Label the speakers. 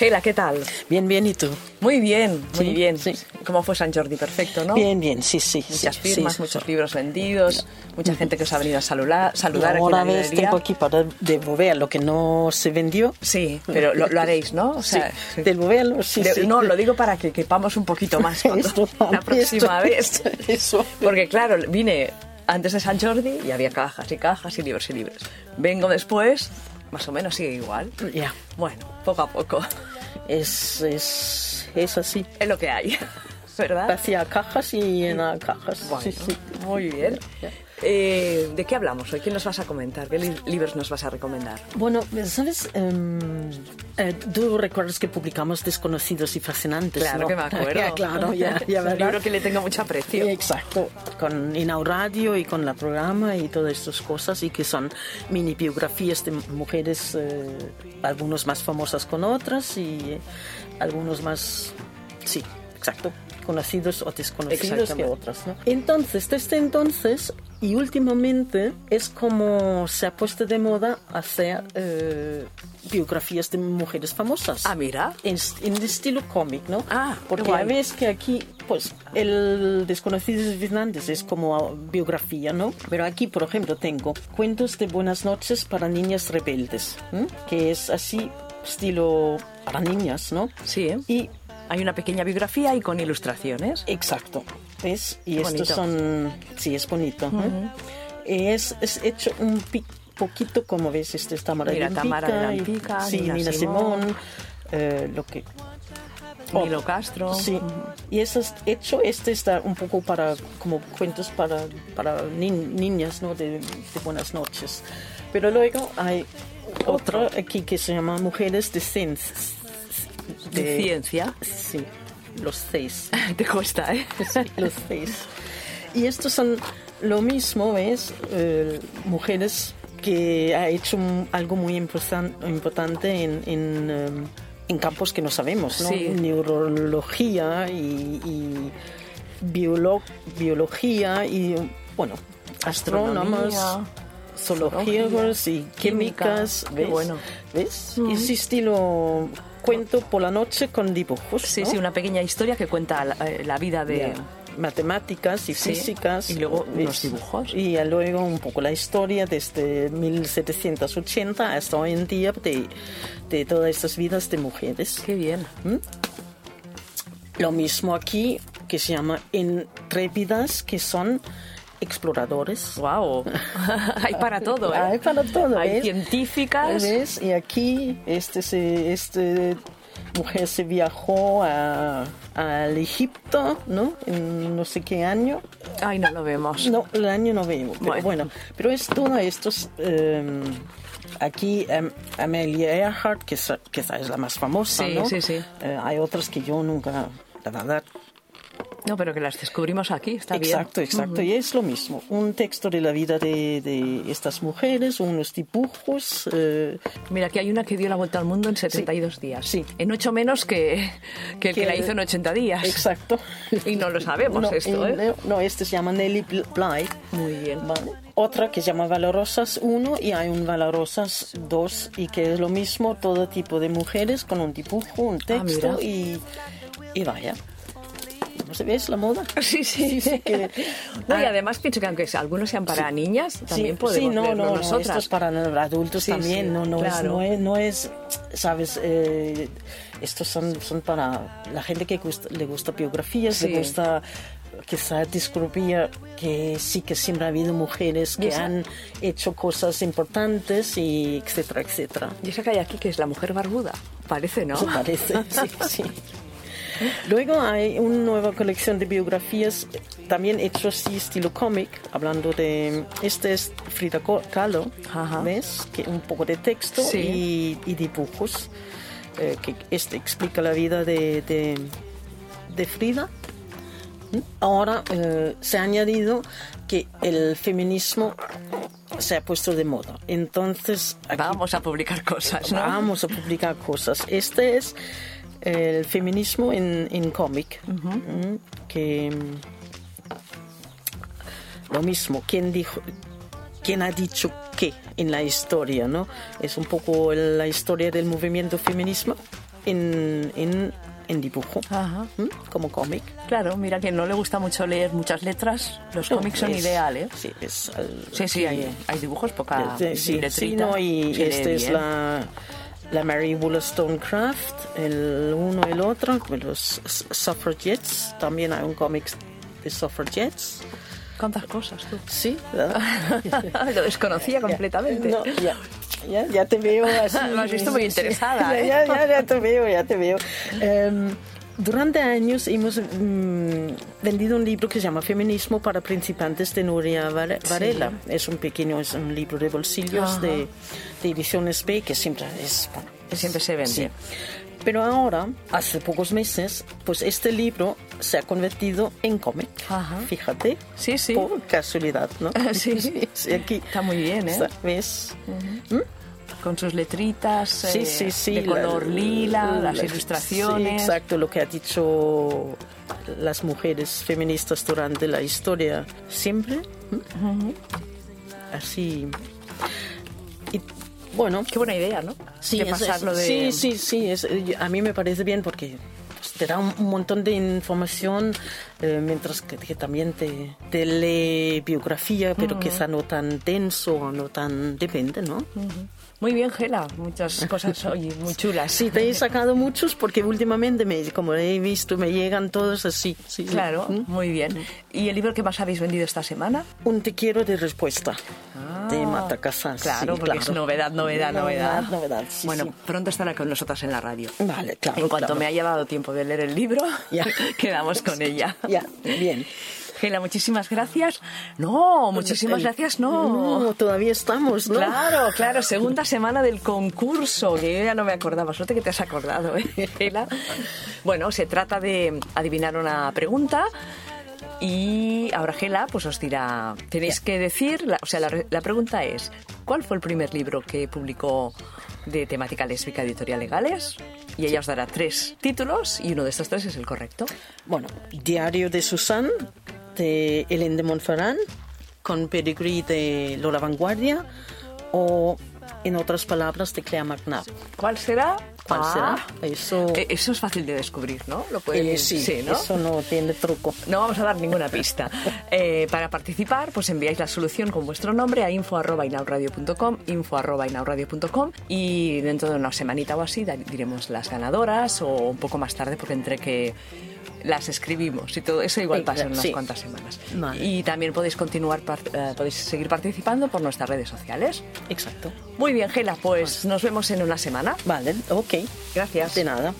Speaker 1: Gela, ¿qué tal?
Speaker 2: Bien, bien, ¿y tú?
Speaker 1: Muy bien, muy
Speaker 2: Sí,
Speaker 1: bien.
Speaker 2: sí.
Speaker 1: ¿Cómo fue San Jordi? Perfecto, ¿no?
Speaker 2: Bien, bien, sí, sí.
Speaker 1: Muchas
Speaker 2: sí,
Speaker 1: firmas,
Speaker 2: sí, sí.
Speaker 1: muchos libros vendidos, mucha gente que os ha venido a saludar, saludar aquí en la
Speaker 2: Ahora ves,
Speaker 1: librería.
Speaker 2: tengo aquí para devolver lo que no se vendió.
Speaker 1: Sí, pero lo, lo haréis, ¿no? O sea,
Speaker 2: sí, devolverlo, sí,
Speaker 1: de-
Speaker 2: sí.
Speaker 1: No, lo digo para que quepamos un poquito más cuando-
Speaker 2: Esto,
Speaker 1: la
Speaker 2: esto,
Speaker 1: próxima vez.
Speaker 2: esto, eso.
Speaker 1: Porque claro, vine antes de San Jordi y había cajas y cajas y libros y libros. Vengo después, más o menos sigue igual.
Speaker 2: Ya,
Speaker 1: Bueno, poco a poco.
Speaker 2: es, es, es así.
Speaker 1: Es lo que hay, ¿verdad?
Speaker 2: Hacía cajas y llenaba cajas.
Speaker 1: Bueno,
Speaker 2: Sí, sí.
Speaker 1: muy bien.
Speaker 2: Ya.
Speaker 1: Eh, ¿De qué hablamos hoy? ¿Qué nos vas a comentar? ¿Qué li- libros nos vas a recomendar?
Speaker 2: Bueno, ¿sabes? Em, eh, Tú recuerdas que publicamos Desconocidos y Fascinantes,
Speaker 1: Claro
Speaker 2: ¿no?
Speaker 1: que me acuerdo.
Speaker 2: claro, ya, Eh, ya,
Speaker 1: es un
Speaker 2: ¿verdad?
Speaker 1: libro que le tengo mucho aprecio.
Speaker 2: Exacto, con Inau Radio y con la programa y todas estas cosas, y que son mini biografías de mujeres, eh, algunos más famosas con otras y eh, algunos más, sí, exacto, conocidos o desconocidos que
Speaker 1: Exactamente.
Speaker 2: otras. ¿no? Entonces, desde entonces y últimamente es como se ha puesto de moda hacer eh, biografías de mujeres famosas
Speaker 1: Ah, mira.
Speaker 2: en, en el estilo cómic, ¿no?
Speaker 1: Ah,
Speaker 2: porque
Speaker 1: qué guay.
Speaker 2: ves que aquí, pues, el desconocido de Fernández es como biografía, ¿no? Pero aquí, por ejemplo, tengo cuentos de buenas noches para niñas rebeldes, ¿m? que es así, estilo para niñas, ¿no?
Speaker 1: Sí, ¿eh?
Speaker 2: Y
Speaker 1: Hay una pequeña biografía y con ilustraciones.
Speaker 2: Exacto. ¿Ves? Y estos
Speaker 1: Bonito.
Speaker 2: son. Sí, es bonito. ¿eh? es, es hecho un pi- poquito como ves, este es Tamara
Speaker 1: Mira,
Speaker 2: de
Speaker 1: Tamara de
Speaker 2: y-
Speaker 1: Lampica,
Speaker 2: sí,
Speaker 1: Nina
Speaker 2: Nina,
Speaker 1: Simón.
Speaker 2: Simón, eh, lo que. Oh,
Speaker 1: Milo Castro.
Speaker 2: Sí, y eso es hecho, este está un poco para, como cuentos para, para ni- niñas, ¿no? De, de buenas noches. Pero luego hay otro aquí que se llama Mujeres de Ciencia.
Speaker 1: De, ciencia.
Speaker 2: Sí, los seis.
Speaker 1: Te cuesta, ¿eh?
Speaker 2: los seis. Y estos son lo mismo, ¿ves? Eh, mujeres que ha hecho un- algo muy importan- importante en, en, em, en campos que no sabemos, ¿no?
Speaker 1: Sí.
Speaker 2: Neurología y, y biolo- biología y, bueno, astrónomos,
Speaker 1: Astronomía,
Speaker 2: zoológicos y químicas,
Speaker 1: química. Qué
Speaker 2: ¿ves?
Speaker 1: bueno. Mm.
Speaker 2: ¿Ves? Ese estilo cuento por la noche con dibujos,
Speaker 1: Sí,
Speaker 2: ¿no?
Speaker 1: sí, una pequeña historia que cuenta la, eh, la vida de...
Speaker 2: Ya. matemáticas y
Speaker 1: Sí,
Speaker 2: físicas.
Speaker 1: y luego
Speaker 2: ¿ves?
Speaker 1: los dibujos.
Speaker 2: Y ya luego un poco la historia desde 1780 hasta hoy en día de, de todas estas vidas de mujeres.
Speaker 1: Qué bien.
Speaker 2: Lo mismo aquí que se llama Entrépidas, que son exploradores.
Speaker 1: Wow. Hay para todo, ¿eh?
Speaker 2: Hay para todo,
Speaker 1: Hay
Speaker 2: ¿ves?
Speaker 1: científicas.
Speaker 2: ¿Ves? Y aquí este, se- este mujer se viajó a- al Egipto, ¿no? En no sé qué año.
Speaker 1: Ay, no lo vemos.
Speaker 2: No, el año no veo. Pero
Speaker 1: Bueno.
Speaker 2: bueno. pero es todo estos. em, aquí em, Amelia Earhart, que es- quizá es la más famosa,
Speaker 1: Sí,
Speaker 2: ¿no?
Speaker 1: sí, sí.
Speaker 2: Eh, hay otras que yo nunca, la verdad.
Speaker 1: No, pero que las descubrimos aquí, está
Speaker 2: exacto,
Speaker 1: bien.
Speaker 2: exacto. Y es lo mismo. Un texto de la vida de, de estas mujeres, unos dibujos. eh,
Speaker 1: Mira, aquí hay una que dio la vuelta al mundo en 72 días.
Speaker 2: Sí.
Speaker 1: En 8 menos que, que el que,
Speaker 2: Que-
Speaker 1: la hizo en 80 días.
Speaker 2: exacto.
Speaker 1: Y no lo sabemos
Speaker 2: No,
Speaker 1: esto,
Speaker 2: y
Speaker 1: ¿eh?
Speaker 2: no- No, este se llama Nelly Bl- Bly.
Speaker 1: Muy bien.
Speaker 2: Vale. Otra que se llama Valorosas 1 y hay un Valorosas 2 y que es lo mismo, todo tipo de mujeres con un dibujo, un texto
Speaker 1: mira.
Speaker 2: y, y vaya. ¿No se ve? Es la moda.
Speaker 1: Sí, sí.
Speaker 2: que-
Speaker 1: No, y
Speaker 2: Ah,
Speaker 1: además pienso que aunque sea- algunos sean para niñas, también
Speaker 2: sí,
Speaker 1: podemos
Speaker 2: sí, no,
Speaker 1: leerlo
Speaker 2: no, no,
Speaker 1: nosotras.
Speaker 2: esto es para adultos
Speaker 1: Sí,
Speaker 2: también,
Speaker 1: sí,
Speaker 2: no, no, es,
Speaker 1: claro.
Speaker 2: no, es, no es, sabes, eh, estos son, son para la gente que gusta- le gusta biografías,
Speaker 1: Sí.
Speaker 2: le gusta quizá descubrir que sí que siempre ha habido mujeres
Speaker 1: Y
Speaker 2: que
Speaker 1: esa-
Speaker 2: han hecho cosas importantes y etcétera, etcétera.
Speaker 1: Y esa que hay aquí, que es la mujer barbuda, parece, ¿no?
Speaker 2: Eso parece, sí, sí. Luego hay una nueva colección de biografías, también hechos así estilo cómic, hablando de... Este es Frida Co- Kahlo,
Speaker 1: Ajá.
Speaker 2: ¿ves? Que un poco de texto
Speaker 1: Sí.
Speaker 2: y, y dibujos, eh, que este explica la vida de, de, de Frida. Ahora eh, se ha añadido que el feminismo se ha puesto de moda. Entonces, aquí Ah.
Speaker 1: Vamos a publicar cosas, ¿no?
Speaker 2: Vamos a publicar cosas. Este es el feminismo en, en cómic. Mm, Que mm, lo mismo, ¿quién dijo? ¿Quién ha dicho qué en la historia? ¿no? Es un poco la historia del movimiento feminismo, en, en, en dibujo,
Speaker 1: Ajá.
Speaker 2: ¿m? como cómic.
Speaker 1: Claro, mira, a quien no le gusta mucho leer muchas letras, los cómics son
Speaker 2: Es-
Speaker 1: ideales.
Speaker 2: Sí, es, eh,
Speaker 1: Sí, sí, hay, hay dibujos, poca
Speaker 2: Ah, Sí, sí,
Speaker 1: letrita.
Speaker 2: sí, no, y
Speaker 1: Se lee
Speaker 2: esta es
Speaker 1: bien.
Speaker 2: la, la Mary Wollstonecraft, el uno, el otro, pues los Suffragettes, también hay un cómic de Suffragettes,
Speaker 1: ¿Cuántas cosas tú?
Speaker 2: sí, ¿verdad?
Speaker 1: Lo desconocía completamente.
Speaker 2: No, ya, ya, ya te veo así.
Speaker 1: Ah, Lo has visto muy
Speaker 2: Sí,
Speaker 1: interesada, ¿eh?
Speaker 2: Ya, ya, ya te veo, ya te veo. Em, durante años hemos mm, vendido un libro que se llama Feminismo para principiantes de Nuria Vare- Varela. Es un pequeño, es un libro de bolsillos de, de ediciones B que siempre es bueno,
Speaker 1: Que siempre se vende.
Speaker 2: Sí. Pero ahora, hace pocos meses, pues este libro se ha convertido en cómic.
Speaker 1: Ajá.
Speaker 2: Fíjate.
Speaker 1: Sí, sí.
Speaker 2: Por casualidad, ¿no?
Speaker 1: Sí, sí.
Speaker 2: aquí.
Speaker 1: Está muy bien, ¿eh?
Speaker 2: Está, ¿Ves?
Speaker 1: Con sus letritas eh,
Speaker 2: Sí, sí, sí.
Speaker 1: de
Speaker 2: la-
Speaker 1: color lila, las
Speaker 2: la-
Speaker 1: ilustraciones.
Speaker 2: sí, exacto, lo que ha dicho las mujeres feministas durante la historia siempre. ¿m? Así. Y bueno,
Speaker 1: Qué buena idea, ¿no? de
Speaker 2: es- es-
Speaker 1: pasarlo de...
Speaker 2: sí, sí, sí, es- eh, a mí me parece bien porque pues, te da un, un montón de información, eh, mientras que, que también te, te lee biografía, pero quizá no tan denso, o no tan... depende, ¿no?
Speaker 1: Muy bien, Gela. Muchas cosas hoy muy chulas.
Speaker 2: Sí, te he sacado muchos porque últimamente, me, como he visto, me llegan todos así. sí, sí.
Speaker 1: Claro,
Speaker 2: ¿Mm?
Speaker 1: muy bien. ¿Y el libro que más habéis vendido esta semana?
Speaker 2: Un te quiero de respuesta de Mata
Speaker 1: Ah, Claro, porque es novedad, novedad, novedad.
Speaker 2: Novedad, novedad, sí,
Speaker 1: bueno,
Speaker 2: sí.
Speaker 1: pronto estará con nosotras en la radio.
Speaker 2: Vale, claro.
Speaker 1: en cuanto
Speaker 2: claro.
Speaker 1: me haya dado tiempo de leer el libro,
Speaker 2: Ya.
Speaker 1: quedamos con ella.
Speaker 2: Ya, bien.
Speaker 1: Gela, muchísimas gracias. No, muchísimas
Speaker 2: El-
Speaker 1: gracias, no.
Speaker 2: Eh, No, todavía estamos, ¿no?
Speaker 1: Claro, claro, segunda semana del concurso, que yo ya no me acordaba, suerte que te has acordado, ¿eh, Gela? Bueno, se trata de adivinar una pregunta y ahora Gela pues os dirá, tenéis que decir, la- o sea, la, re- la pregunta es, ¿cuál fue el primer libro que publicó de temática lésbica Editorial Legales? Y ella os dará tres títulos y uno de estos tres es el correcto.
Speaker 2: Bueno, Diario de Susan, de Hélène de Montferrand, con Pedigrí de Lola Vanguardia, o en otras palabras, de Claire McNabb.
Speaker 1: ¿Cuál será?
Speaker 2: ¿Cuál
Speaker 1: Ah,
Speaker 2: será? Eso,
Speaker 1: eh, Eso es fácil de descubrir, ¿no? Lo pueden-
Speaker 2: eh, sí,
Speaker 1: Pues, ¿no?
Speaker 2: eso no tiene truco.
Speaker 1: No vamos a dar ninguna pista. Eh, para participar, pues enviáis la solución con vuestro nombre a info.inauradio.com, info.inauradio.com y dentro de una semanita o así da- diremos las ganadoras o un poco más tarde porque entre que las escribimos y todo eso igual
Speaker 2: Sí,
Speaker 1: pasa en unas
Speaker 2: sí.
Speaker 1: cuantas semanas.
Speaker 2: Vale.
Speaker 1: Y también podéis continuar, par- eh, podéis seguir participando por nuestras redes sociales.
Speaker 2: Exacto.
Speaker 1: Muy bien, Gela, pues nos vemos en una semana.
Speaker 2: Vale, ok.
Speaker 1: Gracias.
Speaker 2: De nada.